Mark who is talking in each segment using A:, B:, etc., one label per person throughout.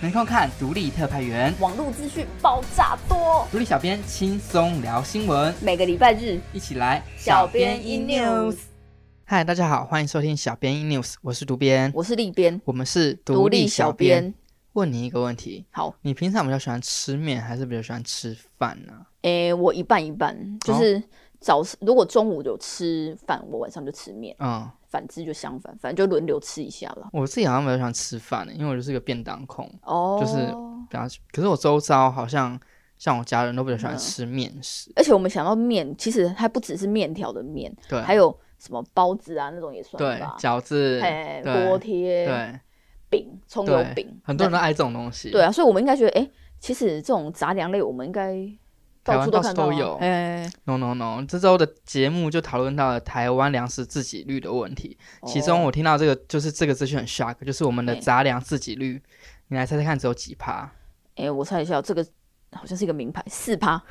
A: 没空看独立特派员，
B: 网络资讯爆炸多，
A: 独立小编轻松聊新闻，
B: 每个礼拜日，
A: 一起来
B: 小编 in news。
A: 嗨，大家好，欢迎收听小编 in news，我是独编，
B: 我是立编，
A: 我们是
B: 独
A: 独立小编。
B: 编。
A: 问你一个问题，
B: 好，
A: 你平常比较喜欢吃面，还是比较喜欢吃饭呢、
B: 诶、我一半一半，就是早、如果中午有吃饭，我晚上就吃面；
A: 嗯，
B: 反之就相反，反正就轮流吃一下吧。
A: 我自己好像比较喜欢吃饭的、因为我就是个便当控，
B: 哦，
A: 就是比较。可是我周遭好像像我家人都比较喜
B: 嗯
A: 欢吃面食，
B: 而且我们想到面，其实它不只是面条的面，
A: 对，
B: 还有什么包子啊那种也算
A: 对
B: 吧。
A: 饺子，
B: 哎，
A: 对
B: 锅贴、
A: 对
B: 饼、葱油
A: 对
B: 饼，
A: 很多人都爱这种东西，
B: 对啊，所以我们应该觉得，哎、其实这种杂粮类，我们应该
A: 台
B: 到
A: 湾
B: 处都
A: 到处
B: 看到、啊，
A: 都有
B: 哎、
A: No no no！这周的节目就讨论到了台湾粮食自给率的问题，其中
B: 哦
A: 我听到这个就是这个资讯很 shock，就是我们的
B: 嘿
A: 杂粮自给率，你来猜猜看只有几 趴
B: 哎、我猜一下，这个好像是一个名牌，四趴，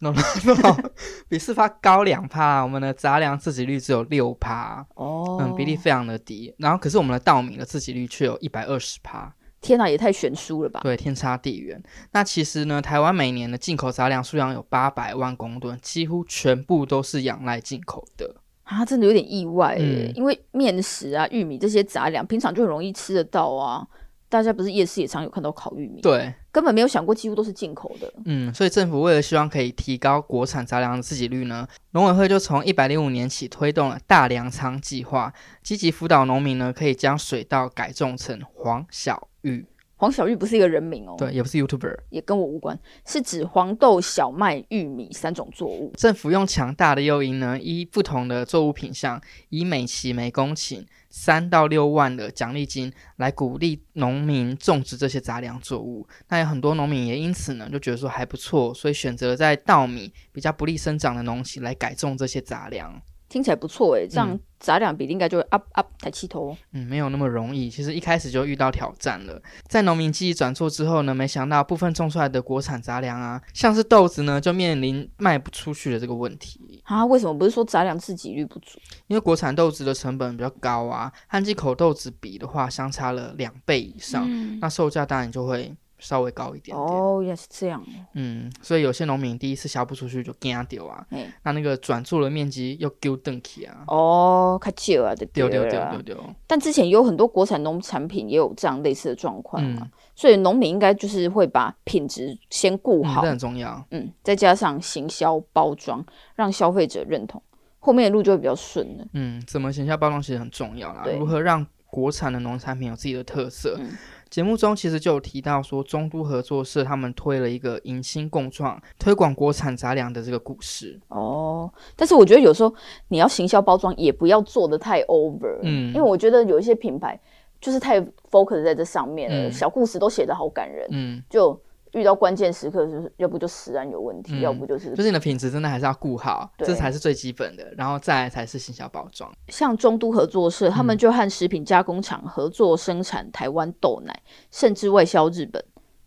A: ？No no no，比四趴高两趴，我们的杂粮自给率只有六趴，
B: 哦
A: 嗯，比例，非常的低。然后可是我们的稻米的自给率却有一百二十趴，
B: 天哪、也太悬殊了吧？
A: 对，天差地远。那其实呢，台湾每年的进口杂粮数量有八百万公吨，几乎全部都是仰赖进口的。
B: 啊，真的有点意外、欸
A: 嗯
B: 因为面食啊、玉米这些杂粮，平常就很容易吃得到啊。大家不是夜市也常有看到烤玉米，
A: 对，
B: 根本没有想过几乎都是进口的。
A: 嗯，所以政府为了希望可以提高国产杂粮的自给率呢，农委会就从一百零五年起推动了大粮仓计划，积极辅导农民呢可以将水稻改种成黄小玉，
B: 黄小玉不是一个人名哦，
A: 对，也不是 YouTuber。
B: 也跟我无关，是指黄豆、小麦、玉米三种作物。
A: 政府用强大的诱因呢，依不同的作物品项，以每期每公顷三到六万的奖励金来鼓励农民种植这些杂粮作物。那有很多农民也因此呢，就觉得说还不错，所以选择了在稻米比较不利生长的农企来改种这些杂粮。
B: 听起来不错诶，这样
A: 嗯
B: 杂粮比例应该就会 up up 抬起头。
A: 嗯，没有那么容易。其实一开始就遇到挑战了。在农民记忆转错之后呢，没想到部分种出来的国产杂粮啊，像是豆子呢，就面临卖不出去的这个问题。
B: 啊，为什么不是说杂粮自给率不足？
A: 因为国产豆子的成本比较高啊，和进口豆子比的话，相差了两倍以上，那售价当然就会稍微高一点点。
B: 嗯哦，原来是这样。
A: 嗯，所以有些农民第一次销不出去就惊丢啊，
B: 哎，
A: 那那个转做的面积又丢邓起啊，
B: 哦，开久啊，对
A: 丢丢
B: 对
A: 丢
B: 了
A: 丢丢。
B: 但之前也有很多国产农产品也有这样类似的状况啊，
A: 嗯
B: 所以农民应该就是会把品质先顾
A: 嗯，
B: 好
A: 这，很重要。
B: 嗯再加上行销包装，让消费者认同，后面的路就会比较顺了。
A: 嗯，怎么形象包装其实很重要啦。
B: 对
A: 如何让国产的农产品有自己的特色？
B: 嗯
A: 节目中其实就有提到说，中都合作社他们推了一个“迎新共创”推广国产杂粮的这个故事。
B: 哦，但是我觉得有时候你要行销包装，也不要做的太 over，
A: 嗯
B: 因为我觉得有一些品牌就是太 focus 在这上面了，
A: 嗯
B: 小故事都写得好感人，
A: 嗯，
B: 就遇到关键时刻，就是要不就食安有问题，
A: 嗯
B: 要不就是
A: 就是你的品质真的还是要顾好，
B: 对
A: 这才是最基本的，然后再来才是行销包装。
B: 像中都合作社，
A: 嗯
B: 他们就和食品加工厂合作生产台湾豆奶，甚至外销日本，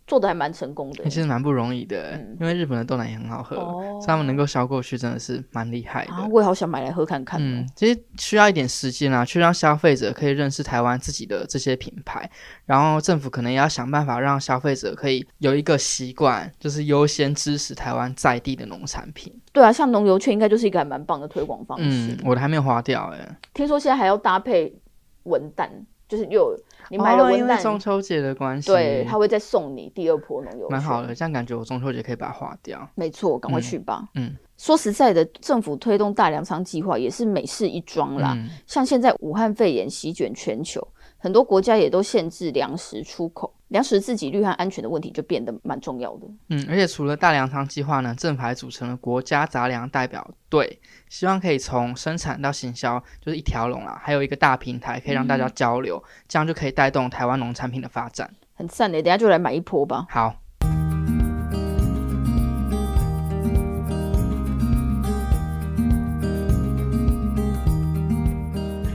B: 做的还蛮成功的欸
A: 其。实蛮不容易的，
B: 嗯
A: 因为日本的豆奶也很好喝，
B: 哦
A: 所以他们能够销过去真的是蛮厉害的。
B: 啊，我也好想买来喝看看、哦
A: 嗯，其实需要一点时间啊，去让消费者可以认识台湾自己的这些品牌，然后政府可能也要想办法让消费者可以有一个习惯，就是优先支持台湾在地的农产品。
B: 对啊，像农油券应该就是一个还蛮棒的推广方式。
A: 嗯，我的还没有花掉哎、欸，
B: 听说现在还要搭配文旦，就是又有你买了
A: 哦因
B: 文
A: 为
B: 旦，
A: 中秋节的关系，
B: 对，他会再送你第二波农油券。
A: 蛮好的，这样感觉我中秋节可以把它花掉。
B: 没错，赶快去吧。
A: 嗯嗯
B: 说实在的，政府推动大粮仓计划也是美事一桩啦。
A: 嗯
B: 像现在武汉肺炎席卷全球，很多国家也都限制粮食出口，粮食自给率和安全的问题就变得蛮重要的。
A: 嗯，而且除了大粮仓计划呢，政府还组成了国家杂粮代表队，希望可以从生产到行销就是一条龙啦，还有一个大平台可以让
B: 嗯
A: 大家交流，这样就可以带动台湾农产品的发展。
B: 很赞的，等一下就来买一波吧。
A: 好，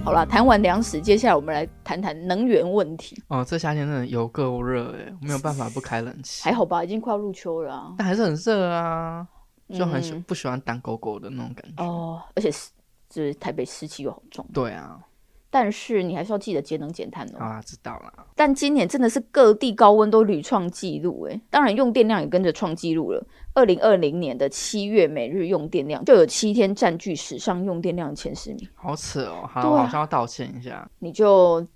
B: 好啦，谈完粮食，接下来我们来谈谈能源问题。
A: 哦，这夏天真的有够热诶，我没有办法不开冷气
B: 还，好吧，已经快要入秋了、啊。
A: 但还是很热啊，就很喜
B: 嗯
A: 不喜欢当狗狗的那种感觉。
B: 哦，而且是就是台北湿气又好重。
A: 对啊，
B: 但是你还是要记得节能减碳哦。
A: 好啦，知道啦。
B: 但今年真的是各地高温都屡创纪录，诶，当然用电量也跟着创纪录了。二零二零年的七月每日用电量就有七天占据史上用电量的前十名，
A: 好扯哦，好，
B: 对啊
A: 我好像要道歉一下。
B: 你就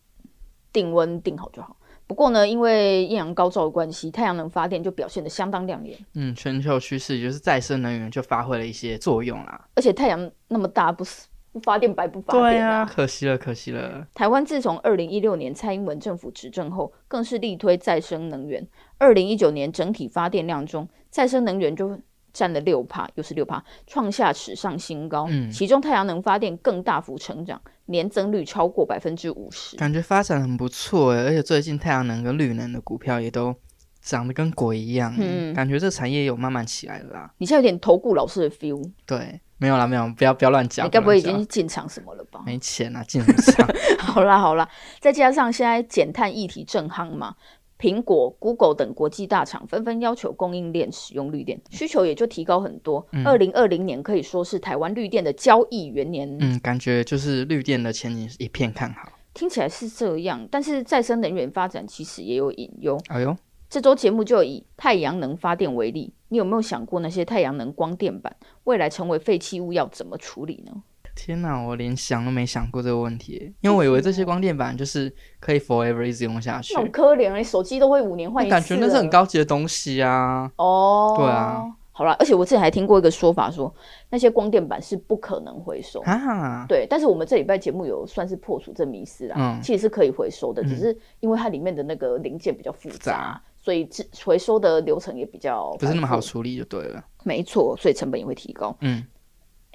B: 定温定好就好。不过呢，因为艳阳高照的关系，太阳能发电就表现得相当亮眼，
A: 嗯，全球趋势也就是再生能源就发挥了一些作用啦。
B: 而且太阳那么大，不是不发电白不发
A: 对
B: 电
A: 啊，可惜了，可惜了。
B: 台湾自从二零一六年蔡英文政府执政后，更是力推再生能源。二零一九年整体发电量中，再生能源就占了六帕，又是六帕，创下史上新高。
A: 嗯
B: 其中太阳能发电更大幅成长，年增率超过百分之五十。
A: 感觉发展很不错欸诶，而且最近太阳能跟绿能的股票也都涨得跟鬼一样诶，
B: 嗯
A: 感觉这产业有慢慢起来了啦。
B: 你现在有点投顾老师的 feel，
A: 对，没有啦，没有，不要不要乱讲。
B: 你该不会已
A: 乱讲
B: 经进场什么了吧？
A: 没钱啊，进不上？
B: 好啦好啦，再加上现在减碳议题正夯嘛，苹果、Google 等国际大厂纷纷要求供应链使用绿电，需求也就提高很多。
A: 嗯
B: 二零二零年可以说是台湾绿电的交易元年，
A: 嗯，感觉就是绿电的前景是一片看好。
B: 听起来是这样，但是再生能源发展其实也有隐忧。
A: 哎呦，
B: 这周节目就以太阳能发电为例，你有没有想过那些太阳能光电板未来成为废弃物要怎么处理呢？
A: 天哪，我连想都没想过这个问题耶，因为我以为这些光电板就是可以 forever 一直用下去
B: 那，种可怜、欸，手机都会五年换
A: 那
B: 一次
A: 感
B: 了，啊
A: 觉那是很高级的东西啊。
B: 哦，
A: 对啊，
B: 好啦，而且我之前还听过一个说法说那些光电板是不可能回收。
A: 啊，
B: 对，但是我们这礼拜节目有算是破除这迷思啦，
A: 嗯
B: 其实是可以回收的，只是因为它里面的那个零件比较复杂
A: 杂，
B: 所以制回收的流程也比较
A: 不是那么好
B: 繁复，
A: 处理就对了。
B: 没错，所以成本也会提高。
A: 嗯，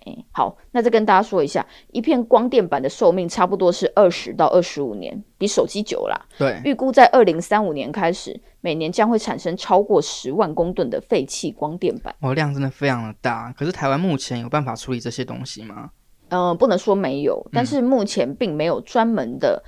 B: 哎，好，那再跟大家说一下，一片光电板的寿命差不多是二十到二十五年，比手机久啦。
A: 对，
B: 预估在二零三五年开始，每年将会产生超过十万公吨的废弃光电板。
A: 哦，量真的非常的大。可是台湾目前有办法处理这些东西吗？
B: 嗯，不能说没有，
A: 嗯
B: 但是目前并没有专门的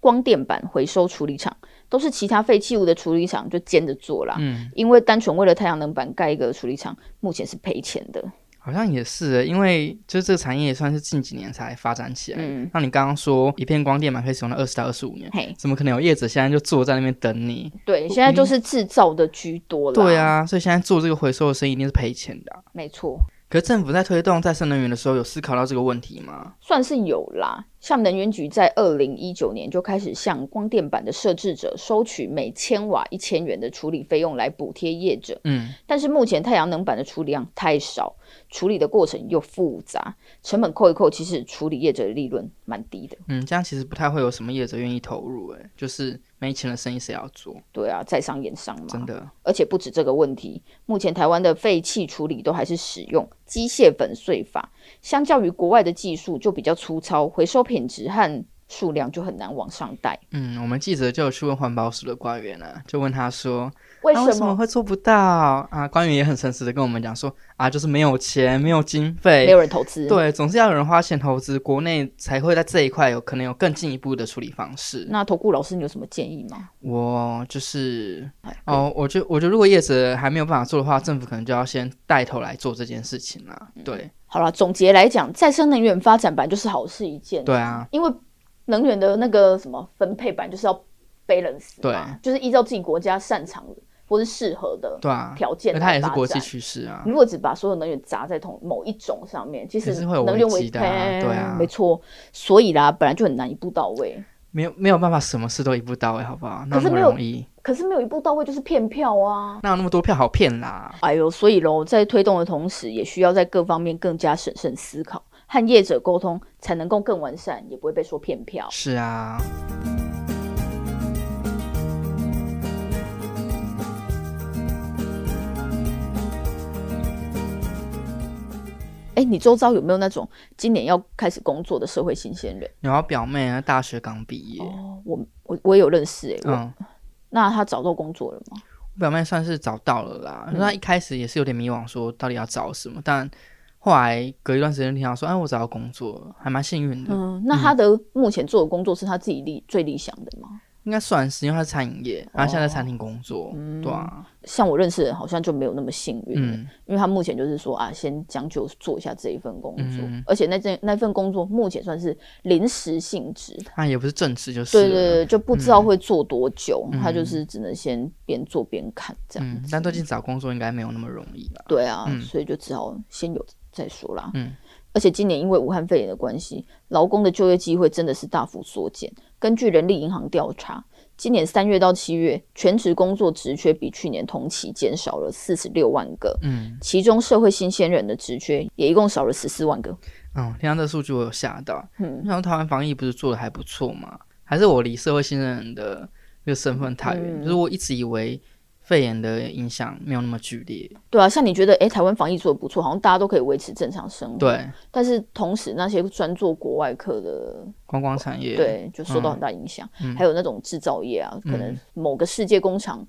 B: 光电板回收处理厂，都是其他废弃物的处理厂就兼着做啦。
A: 嗯，
B: 因为单纯为了太阳能板盖一个处理厂，目前是赔钱的。
A: 好像也是耶，因为就是这个产业也算是近几年才发展起来。
B: 嗯
A: 那你刚刚说一片光电板可以使用到二十到二十五年，
B: 嘿，
A: 怎么可能有业者现在就坐在那边等你？
B: 对，现在就是制造的居多了。
A: 对，啊，所以现在做这个回收的生意一定是赔钱的啊、
B: 没错，
A: 可是政府在推动再生能源的时候，有思考到这个问题吗？
B: 算是有啦。像能源局在二零一九年就开始向光电板的设置者收取每千瓦一千元的处理费用来补贴业者。
A: 嗯，
B: 但是目前太阳能板的处理量太少，处理的过程又复杂，成本扣一扣，其实处理业者的利润蛮低的。
A: 嗯，这样其实不太会有什么业者愿意投入、欸，就是没钱的生意谁要做？
B: 对啊，在商言商嘛。
A: 真的，
B: 而且不止这个问题，目前台湾的废气处理都还是使用机械粉碎法，相较于国外的技术就比较粗糙，回收品质和数量就很难往上带。
A: 嗯，我们记者就有去问环保署的官员啊，就问他说，
B: 为
A: 啊、
B: 什
A: 为什么
B: 么
A: 会做不到啊？官员也很诚实的跟我们讲说，啊，就是没有钱，没有经费，
B: 没有人投资？
A: 对，总是要有人花钱投资，国内才会在这一块有可能有更进一步的处理方式。
B: 那投顾老师，你有什么建议吗？
A: 我就是
B: 哎
A: 哦，我觉我觉得如果业者还没有办法做的话，政府可能就要先带头来做这件事情啦。
B: 嗯
A: 对
B: 好了，总结来讲，再生能源发展本来就是好事一件。
A: 对啊，
B: 因为能源的那个什么分配版就是要 balance，嘛就是依照自己国家擅长的或是适合的
A: 对啊，
B: 条件
A: 那它也是
B: 来发
A: 国际
B: 展。
A: 趋势啊
B: 你。如果只把所有能源砸在同某一种上面，其实
A: 也是会有
B: 能源
A: 危
B: 危
A: 机的啊
B: 嘿
A: 对啊
B: 没错。所以啦，本来就很难一步到位，
A: 没有没有办法，什么事都一步到位，欸好不好？那
B: 可是
A: 么
B: 没有
A: 容易，
B: 可是没有一步到位就是骗票啊。
A: 那有那么多票好骗啦。
B: 哎呦，所以喽，在推动的同时，也需要在各方面更加审慎思考，和业者沟通，才能够更完善，也不会被说骗票。
A: 是啊，
B: 哎，你周遭有没有那种今年要开始工作的社会新鲜人？
A: 然后表妹啊，大学刚毕业，
B: 哦，我我我也有认识哎、我
A: 嗯，
B: 那他找到工作了吗？
A: 我表妹算是找到了
B: 嗯
A: 啦。那、一开始也是有点迷惘，说到底要找什么，但后来隔一段时间听到说，哎，我
B: 嗯
A: 找到工作了，还蛮幸运的。
B: 嗯，那他的目前做的工作是他自己理最理想的吗？
A: 应该算是，因为他是餐饮业，
B: 哦
A: 然后现在在餐厅工作，对啊，
B: 像我认识的人好像就没有那么幸运，
A: 嗯
B: 因为他目前就是说啊，先将就做一下这一份工作，
A: 嗯
B: 而且那件那份工作目前算是临时性质，
A: 他也不是正职就是嗯
B: 对
A: 了，
B: 对对，就不知道会做多久，他就是只能先边做边看这样
A: 嗯，
B: 子。
A: 但最近找工作应该没有那么容易吧？
B: 对啊，
A: 嗯
B: 所以就只好先有再说啦。
A: 嗯，
B: 而且今年因为武汉肺炎的关系，劳工的就业机会真的是大幅缩减。根据人力银行调查，今年三月到七月，全职工作职缺比去年同期减少了四十六万个，
A: 嗯
B: 其中社会新鲜人的职缺也一共少了十四万个。
A: 嗯，听到这数据我有吓到，
B: 嗯
A: 我想说台湾防疫不是做的还不错吗？还是我离社会新人的这个身份太远？
B: 嗯
A: 就是我一直以为肺炎的影响没有那么剧烈，
B: 对啊，像你觉得，诶，台湾防疫做的不错，好像大家都可以维持正常生活。。
A: 对，
B: 但是同时，那些专做国外客的
A: 观光产业，，
B: 对，就受到很大影响。
A: 嗯
B: 还有那种制造业啊，可能某个世界工厂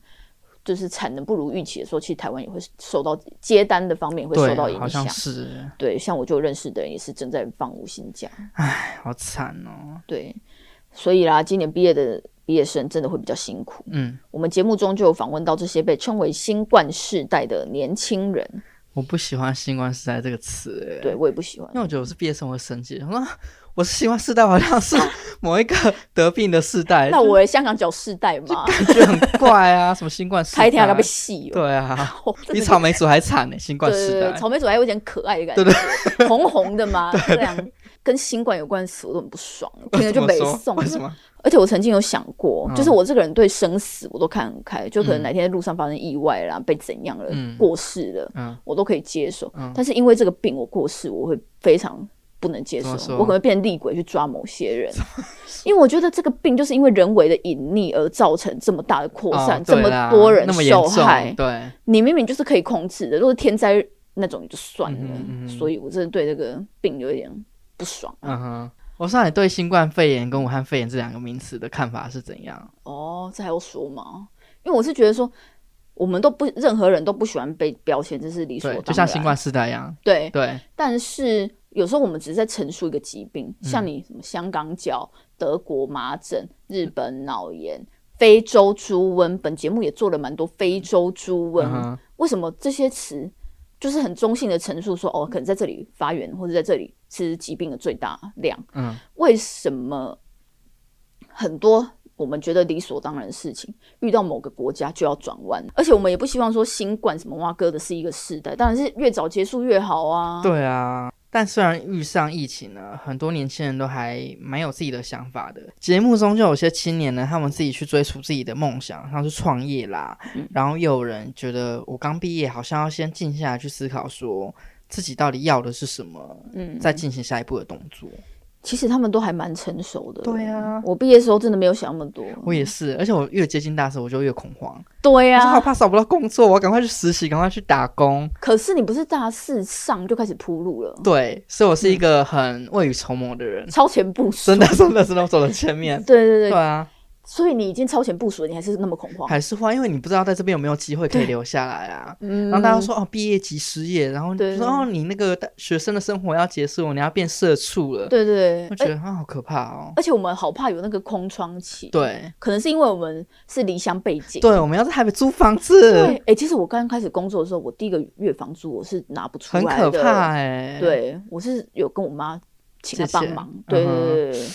B: 就是产能不如预期的时候，其实台湾也会受到接单的方面也会受到
A: 对，好像
B: 影响。
A: 是，
B: 对，像我就认识的人也是正在放无薪假。
A: 哎好惨哦，
B: 对，所以啦，今年毕业的毕业生真的会比较辛苦。
A: 嗯，
B: 我们节目中就有访问到这些被称为新冠世代的年轻人，
A: 我不喜欢“新冠时代”这个词，哎
B: 对我也不喜欢
A: 因为。我觉得我是毕业生我会生气，我说啊我是新冠世代，好像 是某一个得病的世代，
B: 那我也香港叫世代嘛，
A: 就觉得很怪啊，什么新冠世代，
B: 开天还被戏哦，
A: 对啊，
B: 我真的
A: 比
B: 觉得
A: 草莓族还惨呢、新冠
B: 对
A: 世
B: 对
A: 代
B: 对，，草莓组还有点可爱的感觉，红红的 嘛，这样跟新冠有关的词我都很不爽，听着就
A: 为
B: 北
A: 什么说
B: 宋
A: 为。什 么？
B: 而且我曾经有想过
A: 嗯，
B: 就是我这个人对生死我都看很开，就可能哪天在路上发生意外啦，被怎样了
A: 嗯，
B: 过世了，
A: 嗯
B: 我都可以接受
A: 嗯。
B: 但是因为这个病我过世，我会非常。不能接受
A: 怎么，说
B: 我可能会变厉鬼去抓某些人，因为我觉得这个病就是因为人为的隐匿而造成这么大的扩散，
A: 哦
B: 这
A: 对
B: 么
A: 啦
B: 多人
A: 那么严
B: 受
A: 重
B: 害，
A: 对，
B: 你明明就是可以控制的，如果是天灾那种也就算了，
A: 嗯哼嗯哼
B: 所以我真的对这个病有一点不爽。
A: 嗯哼。我说你对新冠肺炎跟武汉肺炎这两个名词的看法是怎样？
B: 哦，这还要说吗？因为我是觉得说，我们都不任何人都不喜欢被标签，这是理所当
A: 对，
B: 然。
A: 就像新冠世代一样，
B: 对，
A: 对，
B: 但是有时候我们只是在陈述一个疾病，
A: 嗯
B: 像你什么香港脚、德国麻疹、日本脑炎。非洲猪瘟，本节目也做了蛮多非洲猪瘟，
A: 嗯哼，
B: 为什么这些词就是很中性的陈述说，哦，可能在这里发源，或者在这里是疾病的最大量？
A: 嗯，
B: 为什么很多我们觉得理所当然的事情，遇到某个国家就要转弯？而且我们也不希望说新冠什么挖哥的是一个世代，当然是越早结束越好啊。
A: 对啊。但虽然遇上疫情呢，很多年轻人都还蛮有自己的想法的。节目中就有些青年呢，他们自己去追逐自己的梦想，像是创业啦。
B: 嗯
A: 然后又有人觉得，我刚毕业，好像要先静下来去思考，说自己到底要的是什么，
B: 嗯，
A: 再进行下一步的动作。
B: 其实他们都还蛮成熟的。
A: 对啊
B: 我毕业的时候真的没有想那么多。
A: 我也是，而且我越接近大四，我就越恐慌。
B: 嗯对
A: 我说好
B: 啊，
A: 怕找不到工作，我要赶快去实习，赶快去打工。
B: 可是你不是大四上就开始铺路了，
A: 对，所以我
B: 嗯
A: 是一个很未雨绸缪的人，
B: 超前部署。
A: 真的，真的，真的我走在前面。
B: 对对对
A: 对，啊，
B: 所以你已经超前部署了，你还是那么恐慌。
A: 还是会，因为你不知道在这边有没有机会可以留下来啊。
B: 嗯
A: 然后大家说哦，毕业即失业，然后就
B: 对
A: 说哦，你那个大学生的生活要结束，你要变社畜了。
B: 对对
A: 我
B: 对，
A: 觉得
B: 而
A: 啊，好可怕哦。
B: 而且我们好怕有那个空窗期，，
A: 对
B: 可能是因为我们是离乡背景。
A: 对，我们要在台北租房子，
B: 哎、其实我刚开始工作的时候，我第一个月房租我是拿不出
A: 很
B: 来
A: 可
B: 的，
A: 怕哎。，
B: 对我是有跟我妈请她
A: 借
B: 帮
A: 钱
B: 忙，
A: 嗯
B: 对对
A: 哼
B: 对对对，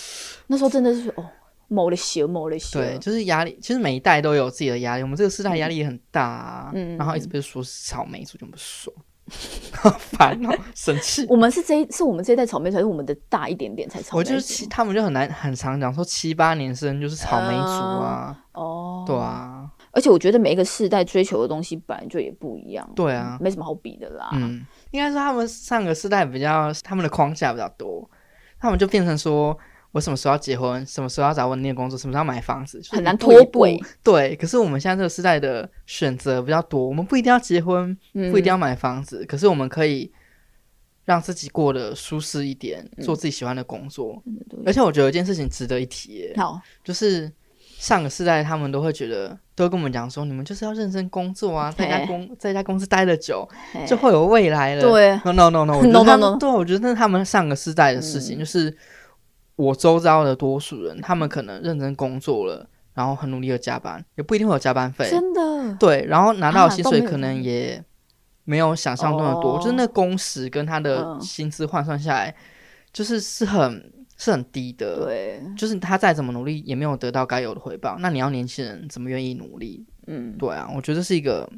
B: 那时候真的是哦，某了血，某了血，
A: 对，就是压力，其实每一代都有自己的压力，我们这个世代压力也很大、啊，
B: 嗯
A: 然后一直被说是草莓族就不爽， 好烦 哦，生气。
B: 我们是这一是我们这一代草莓族，还是我们的大一点点才草莓
A: 我
B: 族？
A: 就是七，他们就很难很常讲说七八年生就是草莓族啊，
B: 哦，
A: 对，啊，
B: 而且我觉得每一个世代追求的东西本来就也不一样，
A: 对啊，
B: 没什么好比的啦，
A: 嗯，应该说他们上个世代比较他们的框架比较多，他们就变成说。我什么时候要结婚？什么时候要找稳定的工作？什么时候要买房子？就是
B: 很难
A: 一步一
B: 脱
A: 步
B: 轨。
A: 对，可是我们现在这个时代的选择比较多，我们不一定要结婚，
B: 嗯
A: 不一定要买房子，可是我们可以让自己过得舒适一点，
B: 嗯
A: 做自己喜欢的工作。而且我觉得有一件事情值得一提耶，
B: 好，
A: 就是上个世代他们都会觉得，都会跟我们讲说，你们就是要认真工作啊，在一家
B: 嘿
A: 公在一家公司待得久，
B: 嘿
A: 就会有未来了。
B: 对
A: ，no no no no，我觉
B: No, 嗯 no,
A: 得他们
B: no
A: 对，我觉得那是他们上个世代的事情，就是我周遭的多数人，他们可能认真工作了。然后很努力的加班，也不一定会有加班费。
B: 真的，
A: 对，然后拿到
B: 啊
A: 的薪
B: 都
A: 水
B: 没有
A: 可能也没有想象中的多，就是
B: 哦
A: 那工时跟他的
B: 嗯
A: 薪资换算下来，就是是很是很低的。
B: 对，
A: 就是他再怎么努力，也没有得到该有的回报。那你要年轻人怎么愿意努力？
B: 嗯，
A: 对啊，我觉得是一个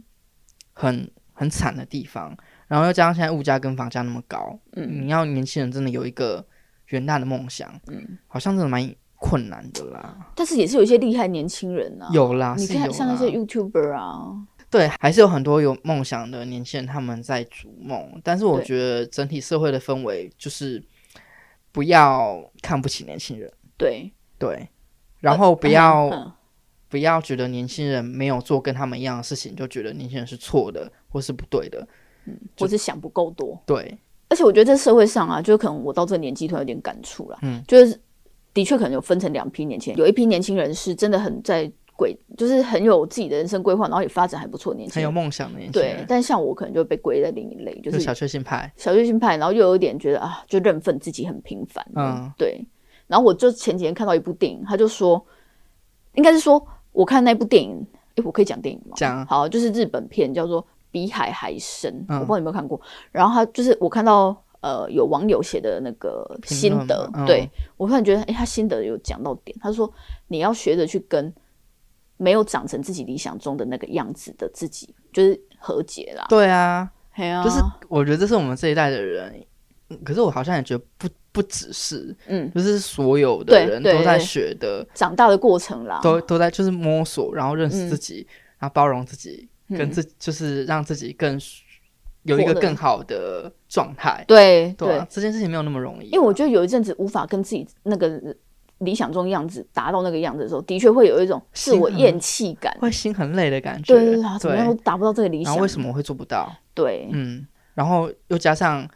A: 很很惨的地方。然后又加上现在物价跟房价那么高，
B: 嗯
A: 你要年轻人真的有一个远大的梦想，
B: 嗯，
A: 好像真的蛮困难的啦。
B: 但是也是有一些厉害年轻人啊，
A: 有啦，
B: 你
A: 是有
B: 看像那
A: 啦
B: 些 YouTuber 啊，
A: 对，还是有很多有梦想的年轻人他们在逐梦，但是我
B: 对
A: 觉得整体社会的氛围就是不要看不起年轻人，
B: 对，
A: 对，然后不要、
B: 嗯
A: 不要觉得年轻人没有做跟他们一样的事情，就觉得年轻人是错的或是不对的，
B: 或是想不够多。
A: 对，
B: 而且我觉得在社会上啊，就可能我到这个年纪突然有点感触啦，
A: 嗯，
B: 就是的确可能有分成两批年轻人，有一批年轻人是真的很在轨，就是很有自己的人生规划，然后也发展还不错的年轻
A: 很有
B: 人。
A: 梦想的年轻
B: 对
A: 人，，
B: 但像我可能就被归在另一类，就
A: 就是小确幸派，
B: 小确幸派，然后又有一点觉得啊，就认份自己很平凡。
A: 嗯
B: 嗯，对。然后我就前几天看到一部电影，他就说，应该是说我看那部电影，诶，我可以讲电影吗？
A: 讲啊
B: 好，就是日本片叫做《比海还深》，
A: 嗯
B: 我不知道你有没有看过。然后他就是我看到呃有网友写的那个
A: 评
B: 心
A: 论
B: 得，
A: 嘛嗯
B: 对我突然觉得，诶，他心得有讲到点，他说你要学着去跟没有长成自己理想中的那个样子的自己，就是和解啦。
A: 对啊，
B: 对啊，
A: 就是我觉得这是我们这一代的人，嗯可是我好像也觉得不不只是，
B: 嗯，
A: 就是所有的
B: 对
A: 人
B: 对
A: 都在
B: 对
A: 学的。
B: 长大的过程啦。
A: 都都在就是摸索，然后认识
B: 嗯
A: 自己，然后包容自己，跟
B: 嗯
A: 自就是让自己更有一
B: 活
A: 个
B: 得
A: 更好的状态。
B: 对
A: 对啊，这件事情没有那么容易啊，
B: 因为我觉得有一阵子无法跟自己那个理想中的样子达到那个样子的时候，的确会有一种自我厌弃感。
A: 会心很累的感觉。
B: 对对对，啊怎么样都达不到这个理
A: 然
B: 想。
A: 后为什么我会做不到？
B: 对，
A: 嗯，然后又加上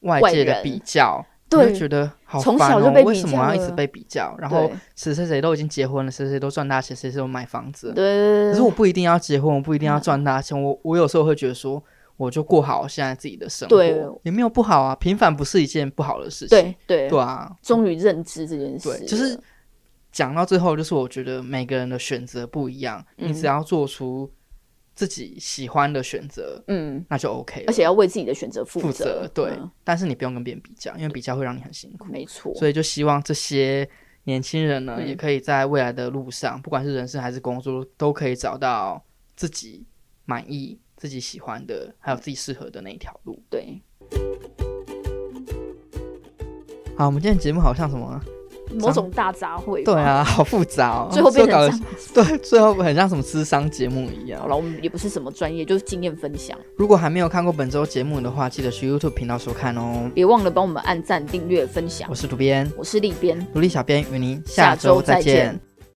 A: 外
B: 外
A: 界的
B: 人
A: 比较，你
B: 对
A: 就觉得好
B: 从
A: 烦
B: 小就
A: 哦
B: 被
A: 为
B: 比
A: 什么
B: 较
A: 要一
B: 了
A: 直被比较？然
B: 对
A: 后谁谁谁都已经结婚了，谁谁都赚大钱，谁谁都买房子
B: 对，对
A: 可
B: 对
A: 是
B: 对，
A: 我不一定要结婚，我不一定要赚大钱，我我有时候会觉得说，我就过好现在自己的生活，
B: 对
A: 也没有不好啊，平凡不是一件不好的事情，
B: 对对
A: 对啊。
B: 终于认知这件事了。
A: 对就是讲到最后，就是我觉得每个人的选择不一样，
B: 嗯
A: 你只要做出自己喜欢的选择，
B: 嗯，
A: 那就 OK 了
B: 而且要为自己的选择负
A: 负责对，
B: 嗯
A: 但是你不用跟别人比较，因为比较会让你很辛苦，
B: 没错。
A: 所以就希望这些。年轻人呢，
B: 嗯
A: 也可以在未来的路上，不管是人生还是工作，都可以找到自己满意、自己喜欢的，还有自己适合的那一条路。
B: 对，
A: 好，我们今天节目好像什么？
B: 某种大杂烩。
A: 对，啊，好复杂哦。
B: 最后变
A: 搞
B: 成
A: 得
B: 这 样。
A: 对，最后很像什么智商节目一样
B: 好。了，我们也不是什么专业，就是经验分享。
A: 如果还没有看过本周节目的话，记得去 YouTube 频道收看哦。
B: 别忘了帮我们按赞、订阅、分享
A: 我。是主编
B: 我是立边，
A: 独立小编，与您
B: 下
A: 下
B: 周
A: 周再
B: 再见
A: 见。